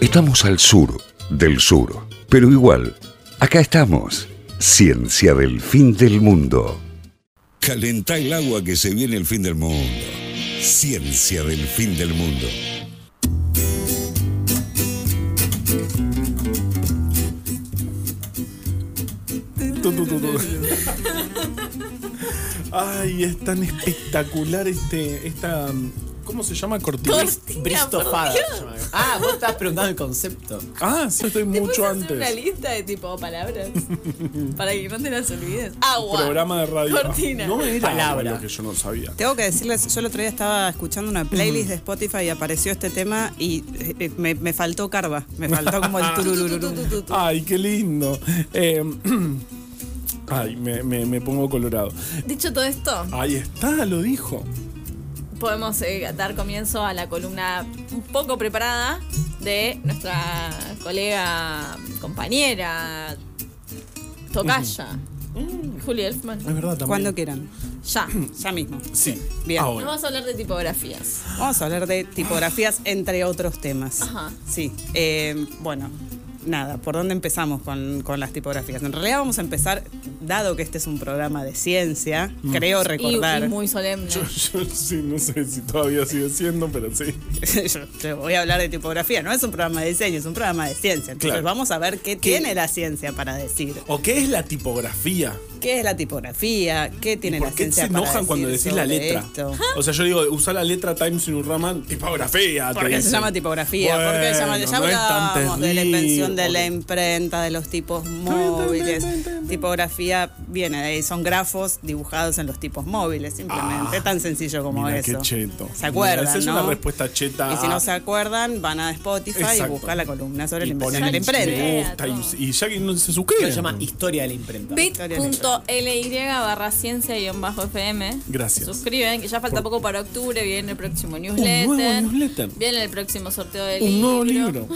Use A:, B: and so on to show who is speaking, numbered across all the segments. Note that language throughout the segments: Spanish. A: Estamos al sur del sur, pero igual, acá estamos. Ciencia del fin del mundo.
B: Calentá el agua que se viene el fin del mundo. Ciencia del fin del mundo.
C: Tu, tu, tu, tu. Ay, es tan espectacular este, esta, ¿cómo se llama? Cortina.
D: Cortina,
C: Bristofada
D: por
C: se llama.
E: Ah, vos estabas preguntando el concepto.
C: Ah, sí, estoy
D: ¿Te
C: mucho
D: puedes hacer una
C: antes.
D: lista de tipo palabras? Para que no te las olvides. Agua.
C: Ah, Programa de radio.
D: Cortina.
C: No era
E: Palabra.
C: lo que yo no sabía.
F: Tengo que decirles, yo el otro día estaba escuchando una playlist de Spotify y apareció este tema y eh, eh, me, me faltó carva, me faltó como el turururú.
C: Ay, qué lindo. Eh, ay, me, me- me pongo colorado.
D: Dicho todo esto,
C: Ahí está, lo dijo.
D: podemos eh, dar comienzo a la columna un poco preparada de nuestra colega, compañera, tocaya, Julie Elfman.
C: Es verdad también.
F: Cuando quieran,
D: Ya.
F: ya mismo.
C: Sí,
F: Bien.
C: ahora.
D: Vamos a hablar de tipografías.
F: Vamos a hablar de tipografías, entre otros temas.
D: Ajá.
F: Sí. eh, bueno, nada, ¿por dónde empezamos con, con las tipografías? En realidad vamos a empezar, dado que este es un programa de ciencia,
D: Mm. Y-
F: creo
D: Y,
F: recordar.
D: muy solemne.
C: Yo, yo sí, no sé si todavía sigue siendo, pero sí.
F: Yo te voy a hablar de tipografía, no es un programa de diseño, es un programa de ciencia. Entonces
C: Claro.
F: vamos a ver qué tiene la ciencia para decir.
C: ¿O qué es la tipografía?
F: ¿Qué es la tipografía? ¿Qué tiene
C: ¿Por
F: la
C: qué
F: ciencia
C: se
F: para
C: enojan cuando
F: decir
C: decís la
F: sobre
C: letra?
F: esto?
C: O sea, yo digo, usá la letra Times New Roman, tipografía. te
F: ¿Por qué se
C: dicen.
F: llama tipografía? ¿Por qué se llama?
C: Bueno,
F: Ya
C: no es tan
F: hablábamos de la
C: terrible.
F: invención de la imprenta, de los tipos móviles. Tipografía viene de ahí, son grafos dibujados en los tipos móviles, simplemente. tan sencillo como
C: Ah, Mira,
F: eso.
C: qué cheto.
F: ¿Se acuerdan?
C: Mira, esa es
F: no?
C: una respuesta cheta.
F: Y si no se acuerdan, van a Spotify y
C: Exacto.
F: buscan la columna sobre
C: Y
F: la invención de
C: ponen
F: la
C: me gusta
F: imprenta.
C: y-
D: todo.
C: Y, ya que no se
E: Se
C: suscriben.
E: llama Historia de la Imprenta.
D: bit.ly barra ciencia-fm.
C: Gracias.
D: Suscriben, que ya falta poco para octubre, viene el próximo newsletter.
C: nuevo newsletter.
D: Viene el próximo sorteo del
C: Un
D: libro.
C: nuevo libro.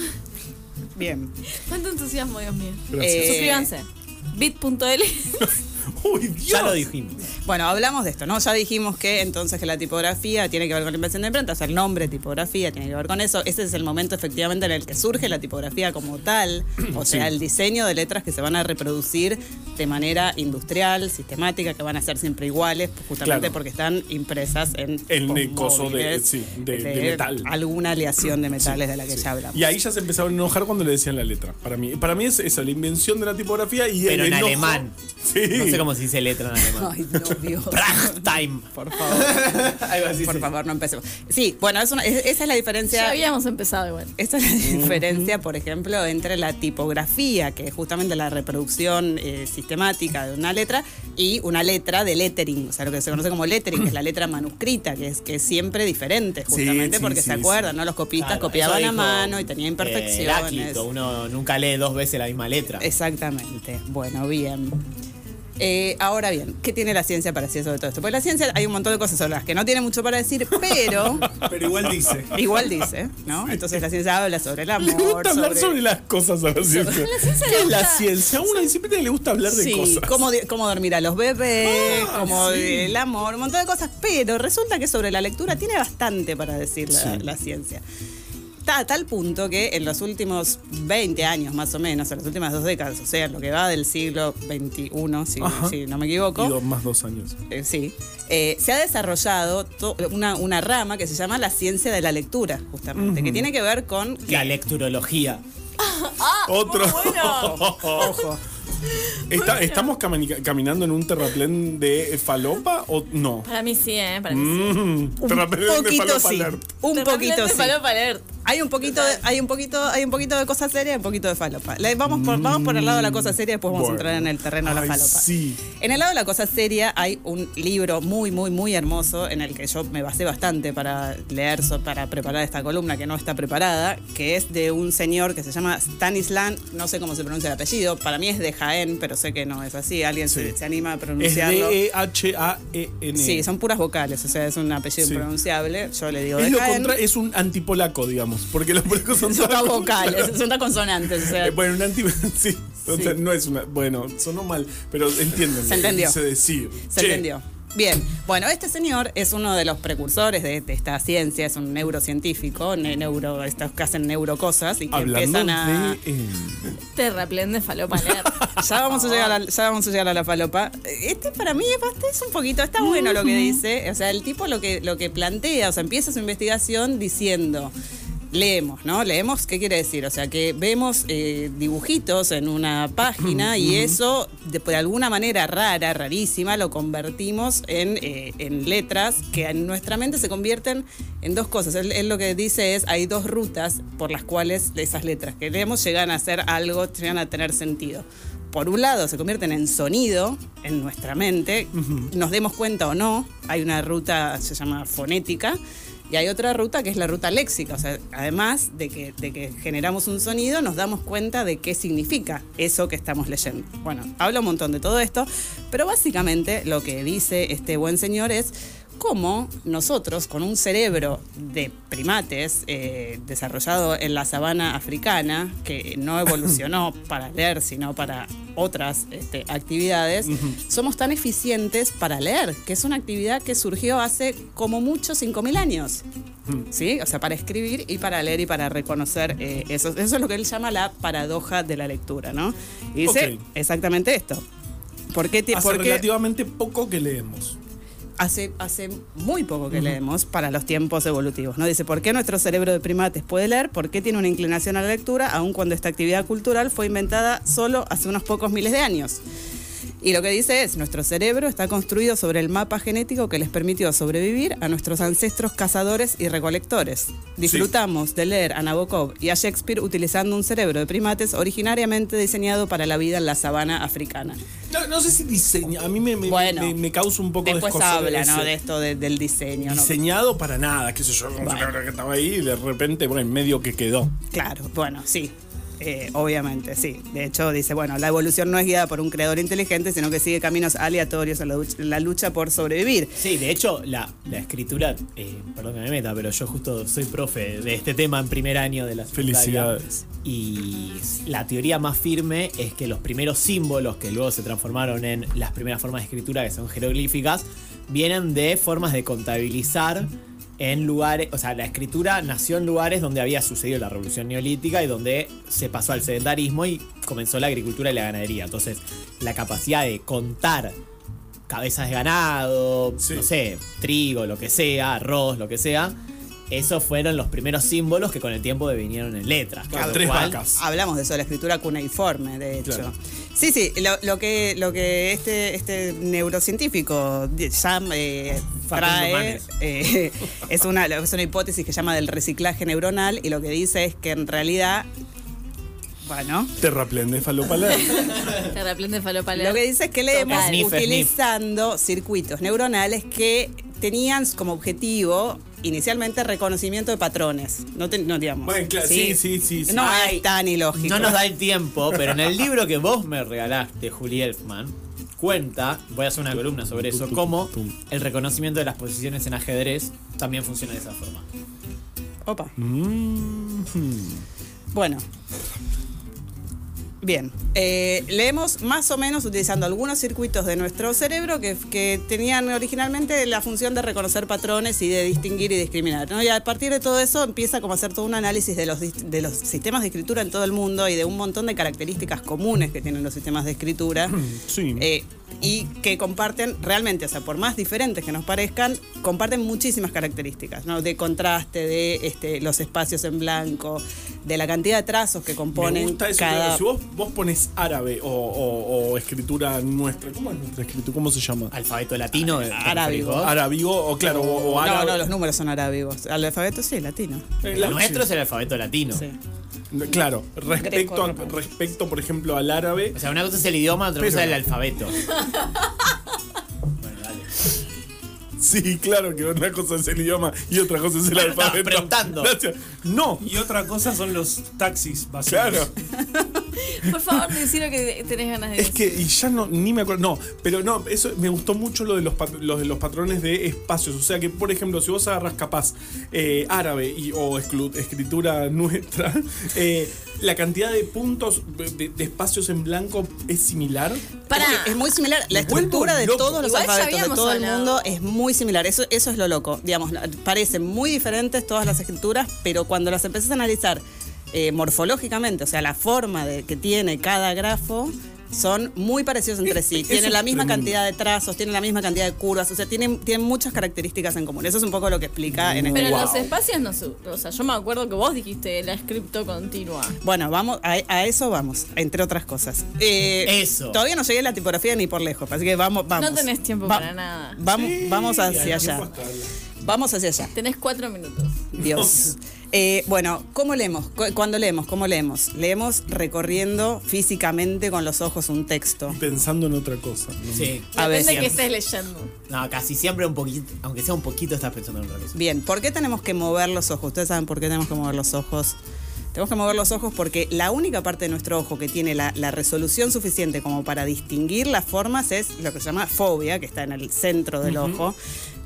F: Bien.
D: Cuánto entusiasmo, Dios mío.
C: Gracias.
F: Eh,
D: Suscríbanse. bit.ly
C: Uy, Dios.
E: Ya lo dijimos.
F: Bueno, hablamos de esto, ¿no? Ya dijimos que entonces que la tipografía tiene que ver con la invención de imprenta, o sea, el nombre tipografía tiene que ver con eso. Ese es el momento efectivamente en el que surge la tipografía como tal, o sea, el diseño de letras que se van a reproducir de manera industrial, sistemática, que van a ser siempre iguales, pues, justamente
C: Claro.
F: porque están impresas en
C: En el
F: tipos
C: coso de-
F: móviles
C: sí, de- de metal.
F: Alguna aleación de metales de la que
C: Sí.
F: ya hablamos.
C: Y ahí ya se empezaron a enojar cuando le decían la letra. Para mí, para mí es esa, la invención de la tipografía y
E: Pero
C: el
E: en
C: enojo.
E: alemán.
C: Sí.
E: No sé cómo se dice letra en alemán.
F: Ay, no, Dios.
E: Prachtime.
F: Por favor,
E: Algo así.
F: por
E: sí.
F: favor, no empecemos. Sí, bueno, es una- es- esa es la diferencia.
D: Ya habíamos empezado igual.
F: Esta es la diferencia, por ejemplo, entre la tipografía, que es justamente la reproducción eh, sistemática de una letra, y una letra de lettering, o sea, lo que se conoce como lettering, que es la letra manuscrita, que es, que es siempre diferente, justamente
C: sí,
F: porque
C: sí,
F: se
C: sí.
F: acuerdan, ¿no? Los copistas
E: Claro,
F: copiaban
E: eso
F: a
E: dijo,
F: mano y tenían
E: eh,
F: imperfecciones.
E: Heráclito, uno nunca lee dos veces la misma letra.
F: Exactamente. Bueno, bien. Eh, ahora bien, ¿qué tiene la ciencia para decir sobre todo esto? Porque la ciencia hay un montón de cosas sobre las que no tiene mucho para decir, pero
C: Pero igual dice.
F: igual dice, ¿no? Entonces la ciencia habla sobre el amor.
C: Le gusta hablar sobre,
F: sobre
C: las cosas a la ciencia.
D: ciencia le
C: ¿Qué es la
D: gusta-
C: ciencia? A una disciplina le gusta hablar de
F: Sí,
C: cosas.
F: Cómo, de- cómo dormir a los bebés,
C: Ah,
F: cómo
C: sí.
F: el amor, un montón de cosas. Pero resulta que sobre la lectura tiene bastante para decir la, la ciencia. Ta- A tal punto que en los últimos 20 años más o menos, en las últimas dos décadas, o sea, lo que va del siglo XXI, si,
C: Ajá.
F: si no me
C: Y
F: equivoco,
C: dos, más dos años.
F: eh, sí, eh, se ha desarrollado to- una, una rama que se llama la ciencia de la lectura, justamente, que tiene que ver con
E: La lecturología.
F: Ah,
C: Otro.
F: Ojo.
C: Está- ¿Estamos cami- caminando en un terraplén de falopa o no?
D: Para mí sí, ¿eh? Para mí sí.
C: Mm, terraplén de
F: poquito
C: falopa
F: sí,
C: alert.
F: un poquito
D: Realmente
F: sí.
D: Falopa alert.
F: Hay un poquito, de, hay un poquito, hay un poquito de cosa seria y un poquito de falopa. La- vamos, por, vamos por el lado de la cosa seria, después vamos
C: Bueno.
F: a entrar en el terreno de la
C: Ay,
F: falopa.
C: sí.
F: En el lado de la cosa seria hay un libro muy, muy, muy hermoso en el que yo me basé bastante para leer, so- para preparar esta columna que no está preparada, que es de un señor que se llama Stanislan, no sé cómo se pronuncia el apellido, para mí es de Jaén, pero sé que no es así. Alguien se,
C: Sí.
F: se anima a
C: Es E
F: pronunciarlo.
C: D-E-H-A-E-N.
F: Sí, son puras vocales, o sea, es un apellido
C: Sí.
F: impronunciable. Yo le digo
C: es,
F: de
C: lo
F: Jaén.
C: contra- es un antipolaco, digamos. Porque los polacos son
F: Son
C: todas
F: todas vocales, son todas consonantes. O sea,
C: Eh, Bueno, un anti. Sí. O sea, no es una. Bueno, sonó mal, pero entienden.
F: Se
C: lo que
F: entendió.
C: quise decir.
F: Se
C: Che,
F: entendió. Bien, bueno, este señor es uno de los precursores de, de esta ciencia, es un neurocientífico, ne- neuro, estos que hacen neurocosas y que
C: Hablando
F: empiezan a...
C: de. eh,
D: Terraplén de falopa nerd.
F: Ya vamos, a llegar a, la- ya vamos a llegar a la falopa. Este para mí este es un poquito, está bueno lo que dice. O sea, el tipo lo que, lo que plantea, o sea, empieza su investigación diciendo, leemos, ¿no? Leemos, ¿qué quiere decir? O sea, que vemos eh, dibujitos en una página y eso, de, por alguna manera rara, rarísima, lo convertimos en, eh, en letras que en nuestra mente se convierten en dos cosas. Él, él lo que dice es, hay dos rutas por las cuales esas letras que leemos llegan a ser algo, llegan a tener sentido por un lado se convierten en sonido en nuestra mente, nos demos cuenta o no, hay una ruta, se llama fonética, y hay otra ruta que es la ruta léxica, o sea, además de que, de que generamos un sonido, nos damos cuenta de qué significa eso que estamos leyendo. Bueno, habla un montón de todo esto, pero básicamente lo que dice este buen señor es cómo nosotros, con un cerebro de primates eh, desarrollado en la sabana africana, que no evolucionó para leer, sino para otras este, actividades, somos tan eficientes para leer, que es una actividad que surgió hace como mucho 5.000 años. ¿Sí? O sea, para escribir y para leer y para reconocer eh, eso. Eso es lo que él llama la paradoja de la lectura, ¿no? Y dice
C: Ok.
F: exactamente esto. ¿Por qué, ti-
C: hace
F: por qué-
C: relativamente poco que leemos.
F: hace, hace muy poco que leemos para los tiempos evolutivos. ¿no? Dice, ¿por qué nuestro cerebro de primates puede leer? ¿Por qué tiene una inclinación a la lectura, aun cuando esta actividad cultural fue inventada solo hace unos pocos miles de años? Y lo que dice es, nuestro cerebro está construido sobre el mapa genético que les permitió sobrevivir a nuestros ancestros cazadores y recolectores. Disfrutamos de leer a Nabokov y a Shakespeare utilizando un cerebro de primates originariamente diseñado para la vida en la sabana africana.
C: No, no sé si diseña. A mí me, me,
F: Bueno.
C: me- me causa un poco de
F: Después
C: escozor
F: habla
C: ese
F: ¿no? de esto de- del diseño. ¿no?
C: Diseñado para nada, qué sé yo, como
F: Bueno.
C: que estaba ahí y de repente, bueno, en medio que quedó.
F: Claro, bueno, sí. Eh, obviamente, sí. De hecho, dice, bueno, la evolución no es guiada por un creador inteligente, sino que sigue caminos aleatorios en la, duch- en la lucha por sobrevivir.
E: Sí, de hecho, la, la escritura, eh, perdón que me meta, pero yo justo soy profe de este tema en primer año de la secundaria.
C: Felicidades.
E: Y la teoría más firme es que los primeros símbolos que luego se transformaron en las primeras formas de escritura, que son jeroglíficas, vienen de formas de contabilizar en lugares, o sea, la escritura nació en lugares donde había sucedido la revolución neolítica y donde se pasó al sedentarismo y comenzó la agricultura y la ganadería. Entonces, la capacidad de contar cabezas de ganado,
C: Sí.
E: no sé, trigo, lo que sea, arroz, lo que sea. Esos fueron los primeros símbolos que con el tiempo vinieron en letras.
C: Claro,
E: Con lo
C: tres
E: cual,
C: vacas.
F: Hablamos de eso, de la escritura cuneiforme, de hecho.
C: Claro.
F: Sí, sí, lo, lo que, lo que este, este neurocientífico di- Sam eh,
E: Facundo
F: trae
E: Manes.
F: eh, es, una, es una hipótesis que llama del reciclaje neuronal y lo que dice es que en realidad, bueno,
C: Terraplén de falopalar.
D: Terraplén de falopa nerd.
F: Lo que dice es que leemos
D: Total.
E: Sniff, sniff.
F: utilizando circuitos neuronales que tenían como objetivo inicialmente reconocimiento de patrones. No, te- no digamos.
C: Bueno, claro, sí, sí, sí, sí.
F: No
E: Ay,
F: es tan ilógico.
E: No nos da el tiempo, pero en el libro que vos me regalaste, Julie Elfman, cuenta, voy a hacer una columna sobre eso, cómo el reconocimiento de las posiciones en ajedrez también funciona de esa forma.
F: Opa. Bueno. Bien, eh, leemos más o menos utilizando algunos circuitos de nuestro cerebro que, que tenían originalmente la función de reconocer patrones y de distinguir y discriminar. ¿no? Y a partir de todo eso empieza como a hacer todo un análisis de los, dist- de los sistemas de escritura en todo el mundo y de un montón de características comunes que tienen los sistemas de escritura.
C: Mm, Sí.
F: Eh, y que comparten realmente, o sea, por más diferentes que nos parezcan, comparten muchísimas características, ¿no? De contraste, de este, los espacios en blanco, de la cantidad de trazos que componen
C: Me gusta eso,
F: cada.
C: claro, Si vos, vos pones árabe o, o- o escritura nuestra, ¿cómo es nuestra escritura? ¿Cómo se llama?
E: Alfabeto
C: Ah,
E: latino. eh,
F: Arábigo.
E: ¿te referís vos?
C: Arábigo o claro, o, o
F: No,
C: árabe.
F: no, los números son arábigos. Al alfabeto sí, latino.
C: Eh, la-
E: El nuestro es el alfabeto latino.
F: Sí.
C: Claro, respecto, a-
F: Greco-romano.
C: respecto, por ejemplo, al árabe.
E: O sea, una cosa es el idioma, otra cosa es
C: Pero-
E: el alfabeto.
C: Sí, claro que otra cosa es el idioma y otra cosa es el
E: Bueno, estabas
C: alfabeto.
E: preguntando.
C: Gracias. No,
G: Y otra cosa son los taxis vacíos.
C: claro.
D: Por favor, decilo que tenés ganas de
C: Es que y ya no, ni me acuerdo. No, pero no, eso me gustó mucho lo de los, pat- los de los patrones de espacios. O sea que, por ejemplo, si vos agarras capaz eh, árabe y, o esclu- escritura nuestra, eh, la cantidad de puntos de, de- de espacios en blanco es similar.
D: Pará.
F: Es muy similar. La
C: Me vuelvo
F: estructura de
C: loco.
F: todos los
D: Igual ya
F: alfabetos de
D: habíamos
F: todo el
D: hablado.
F: mundo es muy similar. Eso, eso es lo loco. Digamos, la- parecen muy diferentes todas las escrituras, pero cuando las empiezas a analizar eh, morfológicamente, o sea, la forma de, que tiene cada grafo. Son muy parecidos entre sí.
C: Eso
F: Tienen
C: es
F: la misma
C: tremendo.
F: cantidad de trazos, tienen la misma cantidad de curvas, o sea, tienen, tienen muchas características en común. Eso es un poco lo que explica en este
D: Pero
F: libro.
D: los espacios no su- O sea, yo me acuerdo que vos dijiste la cripto continua.
F: Bueno, vamos, a, a eso vamos, entre otras cosas. Eh,
E: Eso.
F: Todavía no llegué a la tipografía ni por lejos, así que vamos, vamos.
D: No tenés tiempo
F: Va-
D: para nada.
F: Vamos, vamos hacia
C: Hay tiempo
F: allá.
C: hasta hablar.
F: Vamos hacia allá.
D: Tenés cuatro minutos.
F: Dios. Eh, bueno, ¿cómo leemos? Cu- Cuando leemos, ¿cómo leemos? Leemos recorriendo físicamente con los ojos un texto.
C: Pensando en otra cosa. ¿no?
E: Sí.
F: A ver,
D: Depende de que
F: siempre.
D: estés leyendo.
E: No, casi siempre un poquito, aunque sea un poquito, estás pensando en otra cosa.
F: Bien, ¿por qué tenemos que mover los ojos? Ustedes saben por qué tenemos que mover los ojos. Tenemos que mover los ojos porque la única parte de nuestro ojo que tiene la, la resolución suficiente como para distinguir las formas es lo que se llama fobia, que está en el centro del ojo,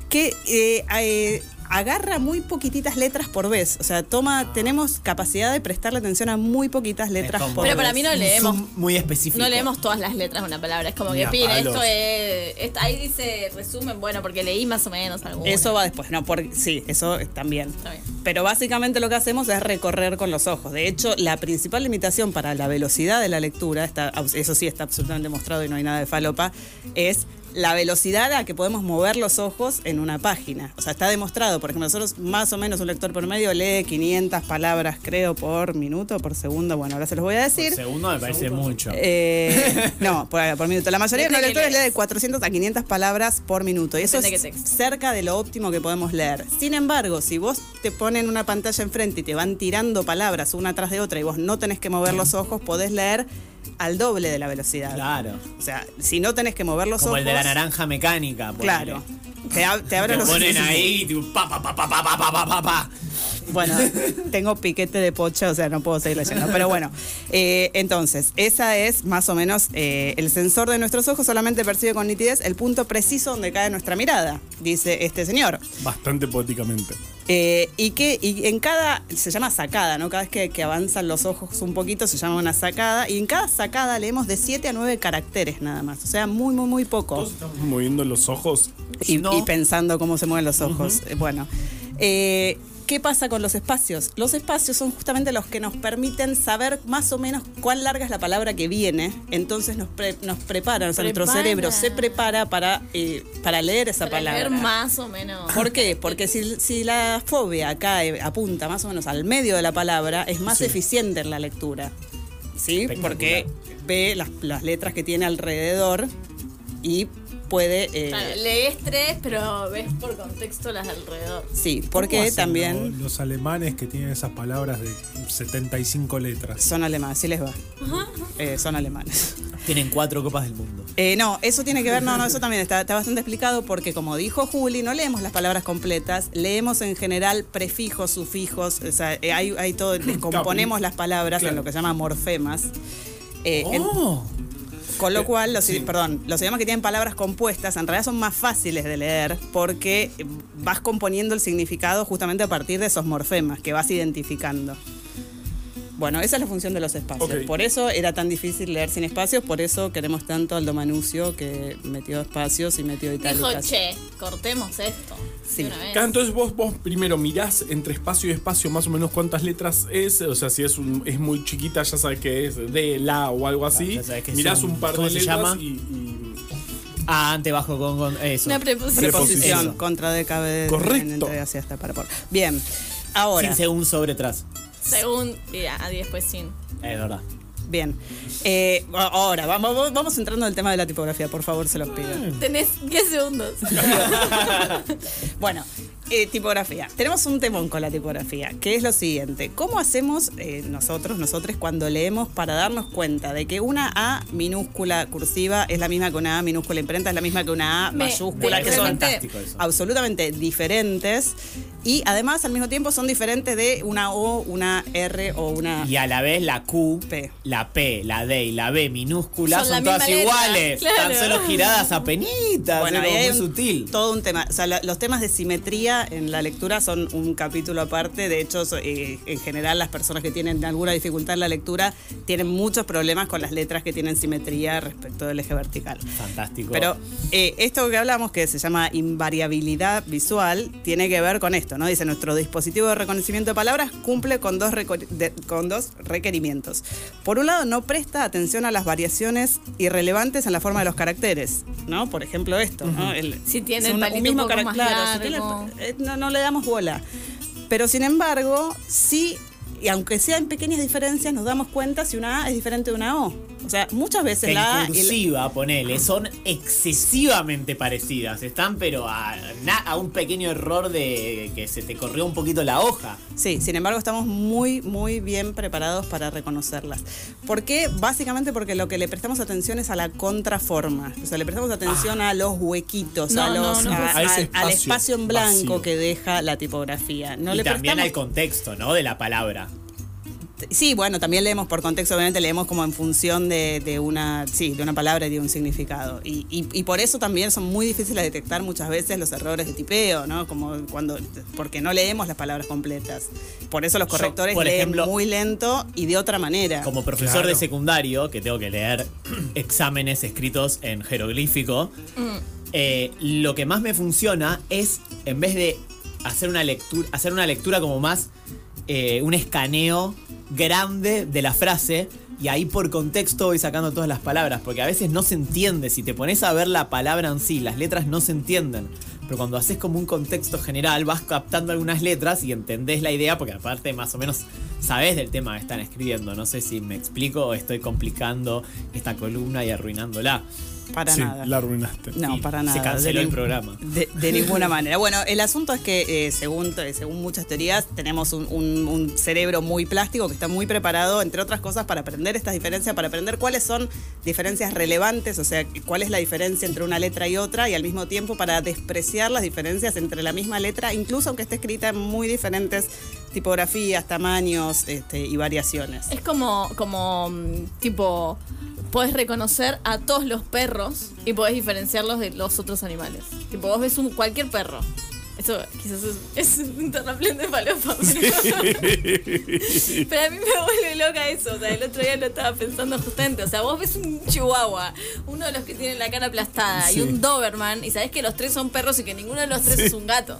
F: que eh, eh, agarra muy poquititas letras por vez. O sea, toma, tenemos capacidad de prestarle atención a muy poquitas
E: Es
F: letras
E: como
F: por
D: Pero
F: vez.
D: para mí no
E: un
D: leemos.
E: zoom Muy específico.
D: No leemos todas las letras de una palabra. Es como
E: Ni
D: que,
E: a
D: pide,
E: palos.
D: esto es. esto- ahí dice resumen, bueno, porque leí más o menos algo.
F: Eso va después, no, por, sí, eso eh, también.
D: Está bien.
F: Pero básicamente lo que hacemos es recorrer con los ojos. De hecho, la principal limitación para la velocidad de la lectura, está, eso sí está absolutamente mostrado y no hay nada de falopa, es la velocidad a que podemos mover los ojos en una página. O sea, está demostrado, por ejemplo, nosotros más o menos un lector promedio lee 500 palabras, creo, por minuto, por segundo. Bueno, ahora se los voy a decir.
E: Segundo me parece mucho.
F: Eh, no, por, por minuto. La mayoría de los
D: Depende
F: lectores
D: que lees.
F: lee de 400 a 500 palabras por minuto. Y eso
D: Depende
F: es
D: qué texto.
F: cerca de lo óptimo que podemos leer. Sin embargo, si vos te ponen una pantalla enfrente y te van tirando palabras una tras de otra y vos no tenés que mover los ojos, podés leer al doble de la velocidad.
E: Claro.
F: O sea, si no tenés que mover los
E: Como
F: ojos.
E: el de la naranja mecánica. ponele.
F: Claro. Te, ab- te abren
E: Lo
F: los
E: ponen ahí, tipo, pa, pa, pa, pa, pa, pa, pa, pa, pa.
F: Bueno, tengo piquete de pocha, o sea, no puedo seguir leyendo. Pero bueno, eh, entonces, esa es más o menos eh, el sensor de nuestros ojos, solamente percibe con nitidez el punto preciso donde cae nuestra mirada, dice este señor.
C: Bastante poéticamente.
F: Eh, y que y en cada, se llama sacada, ¿no? Cada vez que, que avanzan los ojos un poquito se llama una sacada, y en cada sacada leemos de 7 a 9 caracteres nada más, o sea, muy, muy, muy poco
C: Todos estamos moviendo los ojos.
F: y,
E: No.
F: y pensando cómo se mueven los ojos. Eh, Bueno, eh, ¿qué pasa con los espacios? Los espacios son justamente los que nos permiten saber más o menos cuán larga es la palabra que viene. Entonces nos, pre- nos preparan, o sea, nuestro
D: Prepara.
F: cerebro se prepara para, eh, para leer esa
D: Para
F: palabra.
D: leer más o menos.
F: ¿Por qué? Porque si, si la fobia cae, apunta más o menos al medio de la palabra, es más eficiente en la lectura. ¿Sí?
E: Espectacular.
F: Porque ve las, las letras que tiene alrededor y puede... eh,
D: Claro, lees tres, pero ves por contexto las de alrededor.
F: Sí, porque también
G: Los alemanes que tienen esas palabras de 75 letras.
F: son alemanes, sí les va. Eh, son alemanes.
E: Tienen cuatro copas del mundo.
F: Eh, no, eso tiene que ver, no, no, eso también está, está bastante explicado porque como dijo Juli, no leemos las palabras completas, leemos en general prefijos, sufijos, o sea, eh, hay, hay todo, descomponemos las palabras en lo que se llama morfemas. Eh, en-
E: Oh,
F: Con
C: Eh,
F: lo cual, los, perdón, los idiomas que tienen palabras compuestas en realidad son más fáciles de leer porque eh, vas componiendo el significado justamente a partir de esos morfemas que vas identificando. Bueno, esa es la función de los espacios.
C: Ok.
F: Por eso era tan difícil leer sin espacios, por eso queremos tanto al Domanucio que metió espacios y metió
D: Dijo,
F: itálicas.
D: che, cortemos esto.
F: Sí.
D: de una vez.
C: Claro, Ah, entonces vos, vos primero mirás entre espacio y espacio más o menos cuántas letras es, o sea, si es, un- es muy chiquita ya sabes que es de, la o algo así,
E: ya sabes que es
C: mirás
E: un-
C: un par
E: ¿cómo
C: de
E: se
C: letras
E: llama?
C: y, y-
E: Ah, ante, bajo, con, con. Eso.
D: Una
C: Preposición.
D: preposición.
F: Preposición
E: Eso.
F: contra de cabeza.
C: Correcto.
F: hacia hasta para por. Bien. Ahora.
E: Sin según sobre tras.
D: Según. Y a- y después sin.
E: Es verdad.
F: Bien. Eh, ahora, vamos, vamos entrando en el tema de la
C: Eh.
F: tipografía, por favor, se los pido.
D: Tenés 10 segundos.
F: Bueno, Eh, tipografía. Tenemos un temón con la tipografía, que es lo siguiente. ¿Cómo hacemos eh, nosotros, nosotros cuando leemos para darnos cuenta de que una A minúscula cursiva es la misma que una A minúscula imprenta, es la misma que una A
D: Me-
F: mayúscula,
D: de
F: que son
D: repente-
E: Fantástico eso.
F: absolutamente diferentes y además al mismo tiempo son diferentes de una O, una R o una
E: Y a la vez la Q,
F: P.
E: la P, la D y la B minúsculas
D: Son
E: son,
D: la
E: todas
D: misma letra,
E: iguales.
D: claro.
E: Tan solo giradas a penitas.
F: Bueno, ahí
E: es
F: hay
E: muy
F: un-
E: sutil.
F: todo un tema. O sea, la- los temas de simetría en la lectura son un capítulo aparte. De hecho, so- eh, en general, las personas que tienen alguna dificultad en la lectura tienen muchos problemas con las letras que tienen simetría respecto del eje vertical.
E: Fantástico.
F: Pero eh, esto que hablamos, que se llama invariabilidad visual, tiene que ver con esto, ¿no? Dice, nuestro dispositivo de reconocimiento de palabras cumple con dos, reco- de- con dos requerimientos. Por un lado, no presta atención a las variaciones irrelevantes en la forma de los caracteres, ¿no? Por ejemplo, esto, ¿no? El-
D: Si tiene
F: es
D: el
F: un- un
D: palito un
F: mismo
D: poco
F: cara-
D: más
F: claro, si tiene el-
D: largo.
F: eh, no, no le damos bola. Pero sin embargo, sí, y aunque sean pequeñas diferencias, nos damos cuenta si una A es diferente de una O. O sea, muchas veces
E: en
F: la A y la-
E: cursiva, ponele, son excesivamente parecidas. Están, pero a, na- a un pequeño error de que se te corrió un poquito la hoja.
F: Sí, sin embargo estamos muy, muy bien preparados para reconocerlas. ¿Por qué? Básicamente porque lo que le prestamos atención es a la contraforma. O sea, le prestamos atención a los huequitos,
D: No,
F: a los,
D: no, no.
F: a-
G: A ese
F: al- al
G: espacio
F: espacio en blanco
G: vacío.
F: que deja la tipografía. No
E: y
F: le
E: también al
F: prestamos...
E: contexto, ¿no? De la palabra.
F: este, Sí, bueno, también leemos por contexto, obviamente leemos como en función de, de una, sí, de una palabra y de un significado. Y, y- y por eso también son muy difíciles de detectar muchas veces los errores de tipeo, ¿no? Como cuando, porque no leemos las palabras completas. Por eso los
E: Yo,
F: correctores
E: por
F: leen
E: ejemplo,
F: muy lento y de otra manera.
E: Como profesor de secundario, que tengo que leer exámenes escritos en jeroglífico,
F: Mm.
E: eh, lo que más me funciona es, en vez de hacer una lectura, hacer una lectura como más eh, un escaneo grande de la frase. Y ahí por contexto voy sacando todas las palabras, porque a veces no se entiende. Si te pones a ver la palabra en sí, las letras no se entienden. Pero cuando haces como un contexto general, vas captando algunas letras y entendés la idea, porque aparte más o menos sabés del tema que están escribiendo. No sé si me explico o estoy complicando esta columna y arruinándola.
F: Para
G: Sí,
F: nada.
G: la arruinaste.
F: No,
E: Sí,
F: para
E: se
F: nada.
E: canceló
F: De
E: el
F: ni-
E: programa.
F: De, de ninguna manera. Bueno, el asunto es que eh, según, eh, según muchas teorías tenemos un, un- un cerebro muy plástico que está muy preparado, entre otras cosas, para aprender estas diferencias, para aprender cuáles son diferencias relevantes, o sea, cuál es la diferencia entre una letra y otra y al mismo tiempo para despreciar las diferencias entre la misma letra, incluso aunque esté escrita en muy diferentes tipografías, tamaños este, y variaciones.
D: Es como, como mm, tipo, podés reconocer a todos los perros y podés diferenciarlos de los otros animales. Tipo, vos ves un, cualquier perro. Eso quizás es, es un terraplén de falopa. Pero, pero a mí me vuelve loca eso. O sea, el otro día lo estaba pensando justamente. O sea, vos ves un chihuahua, uno de los que tienen la cara aplastada, y un Doberman, y sabés que los tres son perros y que ninguno de los tres es un gato.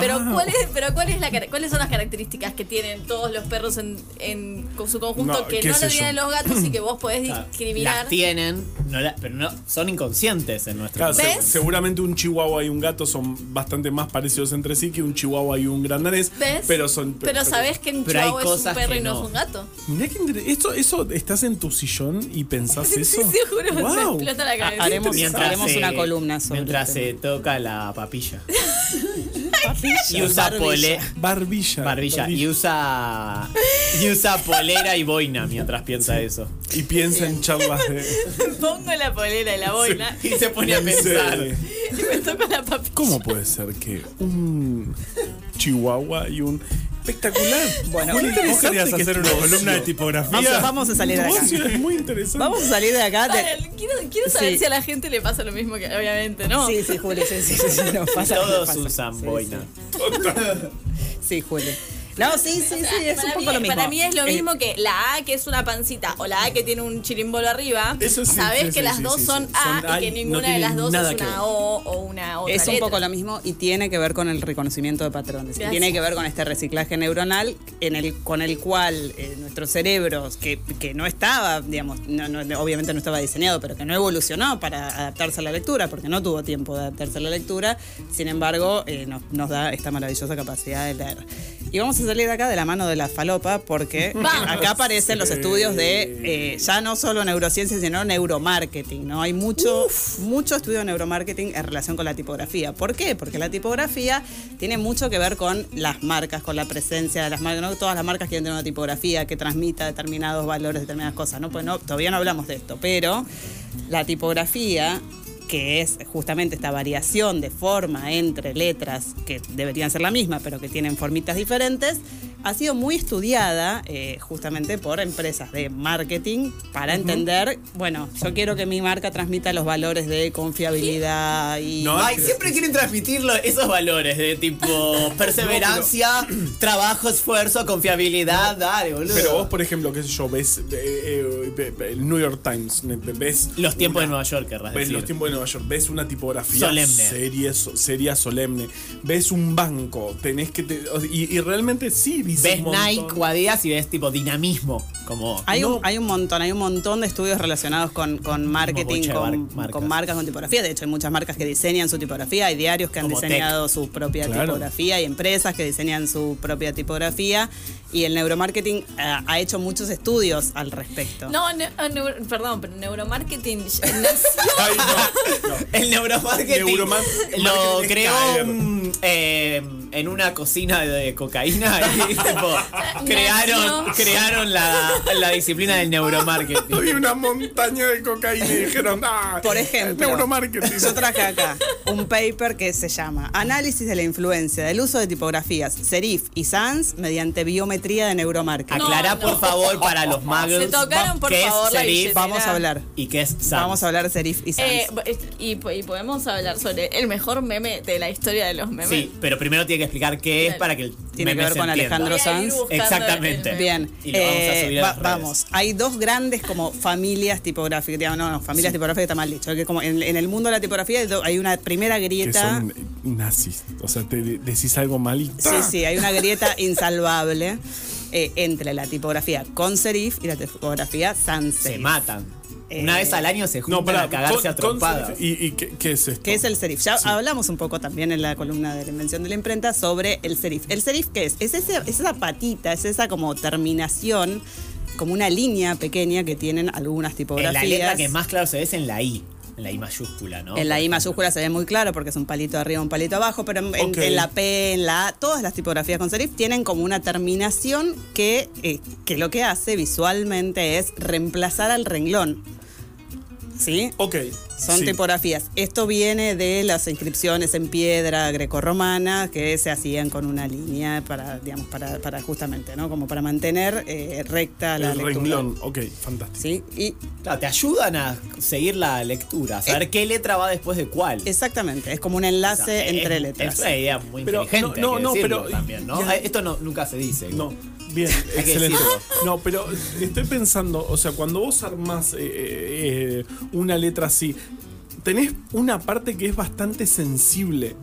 D: Pero,
G: Guau.
D: ¿cuál es, pero cuál es la, cara- ¿cuáles son las características que tienen todos los perros en, en con su conjunto
G: No,
D: que
G: qué
D: no
G: sé
D: lo tienen
G: yo.
D: los gatos y que vos podés
E: O sea,
D: discriminar?
E: Las tienen, no la- pero no, son inconscientes en nuestro
G: Claro,
D: ¿Ves?
G: se-
C: Seguramente un chihuahua y un gato son bastante más parecidos entre sí que un chihuahua y un grandanés.
D: ¿Ves?
C: Pero son.
D: Pero, sabés que un
E: pero hay
D: chihuahua es un
E: cosas
D: perro
E: que
D: y no
E: no.
D: es un gato.
C: Mirá que inter- esto, eso, estás en tu sillón y pensás
D: Sí,
C: eso.
D: sí, juro, se
C: Guau.
D: explota la cabeza.
F: haremos haremos
E: se-
F: una columna sobre
E: eh, Mientras
F: el
E: se
F: tema.
E: toca la papilla. y
F: Papilla,
E: usa
F: barbilla.
E: pole,
C: Barbilla.
E: barbilla. Y usa. Y usa polera y boina mientras piensa eso.
C: Y piensa en charlas de.
D: Pongo la polera y la boina
E: Y se pone a pensar.
C: Sí.
D: y me toco la papilla.
C: ¿Cómo puede ser que un chihuahua y un espectacular?
F: Bueno,
C: Muy
G: ¿Vos
C: interesante
G: querías
C: que
G: hacer
C: es
G: una
C: tu
G: columna de
C: ocio.
F: Vamos,
G: tipografía?
F: vamos a salir de
C: Tu
F: acá.
C: ocio es muy interesante.
F: Vamos a salir de acá.
D: Para,
F: de-
D: quiero, quiero saber
F: Sí.
D: si a la gente le pasa lo mismo que obviamente, ¿no?
F: Sí, sí, Juli, sí, sí, sí, sí, nos pasa, nos
E: Todos
F: pasa.
E: usan
F: Sí,
E: boina.
F: Sí, sí, Juli. No, sí, sí, sí, es un
D: para,
F: poco
D: mí,
F: lo mismo.
D: para mí es lo
F: Eh,
D: mismo que la A que es una pancita o la A que tiene un chirimbolo arriba.
C: Eso sí,
D: Sabés
C: sí,
D: que
C: sí,
D: las
C: sí,
D: dos
C: sí,
D: son
C: sí.
D: A
C: Son A y
D: y que
C: no
D: ninguna de
C: tienen
D: las dos
C: nada
D: es
C: que ver.
D: una O o una otra.
F: Es un
D: letra.
F: poco lo mismo y tiene que ver con el reconocimiento de patrones. Y
D: Gracias.
F: tiene que ver con este reciclaje neuronal en el, con el cual eh, nuestro cerebro, que, que no estaba, digamos, no- no- obviamente no estaba diseñado, pero que no evolucionó para adaptarse a la lectura, porque no tuvo tiempo de adaptarse a la lectura, sin embargo, eh, nos, nos da esta maravillosa capacidad de leer. Y vamos a salir de acá de la mano de la falopa porque
D: Vamos.
F: acá aparecen los estudios de eh, ya no solo neurociencia, sino neuromarketing. ¿no? Hay mucho, mucho estudio de neuromarketing en relación con la tipografía. ¿Por qué? Porque la tipografía tiene mucho que ver con las marcas, con la presencia de las marcas. No todas las marcas quieren tener una tipografía que transmita determinados valores, determinadas cosas. ¿no? Pues no, todavía no hablamos de esto, pero la tipografía que es justamente esta variación de forma entre letras que deberían ser la misma, pero que tienen formitas diferentes, ha sido muy estudiada eh, justamente por empresas de marketing para entender, bueno, yo quiero que mi marca transmita los valores de confiabilidad y...
C: No,
E: Ay, siempre quieren transmitir lo- esos valores de tipo perseverancia, trabajo, esfuerzo, confiabilidad, dale, boludo.
C: Pero vos, por ejemplo, qué sé yo, ves eh, eh, eh, el New York Times, ne- ves...
E: Los tiempos
C: una-
E: de Nueva York, querrás
C: Ves
E: decir.
C: los tiempos de Nueva York, ves una tipografía
E: Solemne.
C: Seria, so- seria, solemne, ves un banco, tenés que... te- o- y, y realmente sí, dice
E: Ves
C: un montón.
E: Nike o Adidas y ves tipo dinamismo, como...
F: Hay,
E: No,
F: un, hay un montón, hay un montón de estudios relacionados con, con marketing,
E: bocha de
F: con,
E: mar- marcas.
F: con marcas, con tipografía. De hecho, hay muchas marcas que diseñan su tipografía, hay diarios que han
E: Como
F: diseñado su propia
C: Claro.
F: tipografía, hay empresas que diseñan su propia tipografía y el neuromarketing eh, ha hecho muchos estudios al respecto.
D: No, ne- ah, neuro- perdón, pero neuromarketing nació.
C: Ay, no, no.
E: El neuromarketing
C: Neuromar-
E: lo
C: marketing
E: creó
C: Skyler.
E: mm, eh, en una cocina de cocaína y tipo, crearon,
D: Nació.
E: crearon la, la disciplina del neuromarketing.
C: Había una montaña de cocaína y dijeron, ah,
F: Por ejemplo,
C: neuromarketing.
F: yo traje acá un paper que se llama Análisis de la influencia del uso de tipografías Serif y Sans mediante biometría de neuromarketing.
D: No,
E: Aclará
D: no.
E: por favor para los magos
D: Se tocaron, por
E: qué
D: favor,
E: es
D: la
E: serif
D: billetera.
F: Vamos a hablar.
E: y qué es sans.
F: Vamos a hablar de Serif y Sans.
D: Eh, bo- es- y, po- y podemos hablar sobre el mejor meme de la historia de los memes.
E: Sí, pero primero tiene que explicar qué es
D: Claro.
E: para que el
F: Tiene que
E: meme
F: ver
E: se
F: con
E: entienda.
F: Alejandro
D: Voy a ir
F: Sanz.
D: buscando
E: Exactamente.
D: el meme.
F: Bien,
E: Y lo vamos a
F: eh,
E: subir a las redes.
F: vamos. Hay dos grandes como familias tipográficas, digamos, no, no, familias tipográficas está mal dicho, que como en, en el mundo de la tipografía hay do- hay una primera
C: que
F: grieta,
C: son eh, nazis. O sea, te de- decís algo mal y...
F: sí, sí, hay una grieta insalvable eh, entre la tipografía con serif y la tipografía sans
E: Se
F: serif.
E: matan.
F: Eh,
E: Una vez al año se juntan
C: No, para
E: a cagarse a trompadas.
C: ¿Y, y qué, qué es esto?
F: ¿Qué es el serif? Ya hablamos un poco también en la columna de la invención de la imprenta sobre el serif. ¿El serif qué es? Es, ese- es esa patita, es esa como terminación, como una línea pequeña que tienen algunas
E: En
F: tipografías.
E: la letra que más claro se ve es en la I, en la I mayúscula, ¿no?
F: En la I mayúscula se ve muy claro porque es un palito arriba, un palito abajo, pero en, en-
C: Ok.
F: en la P, en la A, todas las tipografías con serif tienen como una terminación que, eh, que lo que hace visualmente es reemplazar al renglón. ¿Sí?
C: Ok.
F: Son
C: sí.
F: tipografías. Esto viene de las inscripciones en piedra grecorromana que se hacían con una línea para, digamos, para, para justamente, ¿no? Como para mantener eh, recta la
C: El
F: lectura.
C: renglón. Ok, fantástico.
F: ¿Sí? Y
E: Claro, te ayudan a seguir la lectura, a saber
F: Eh,
E: qué letra va después de cuál.
F: exactamente, es como un
E: O sea,
F: enlace
E: es-
F: entre letras.
E: Es una idea muy
C: Pero,
E: inteligente.
C: no,
E: hay que
C: no, no,
E: decirlo
C: pero-
E: También, ¿no? Ah,
C: ya-
E: Esto no, nunca se dice.
C: No, bien,
E: Hay que
C: excelente.
E: decirlo.
C: No, pero estoy pensando, o sea, cuando vos armás eh, eh, eh, una letra así, tenés una parte que es bastante sensible.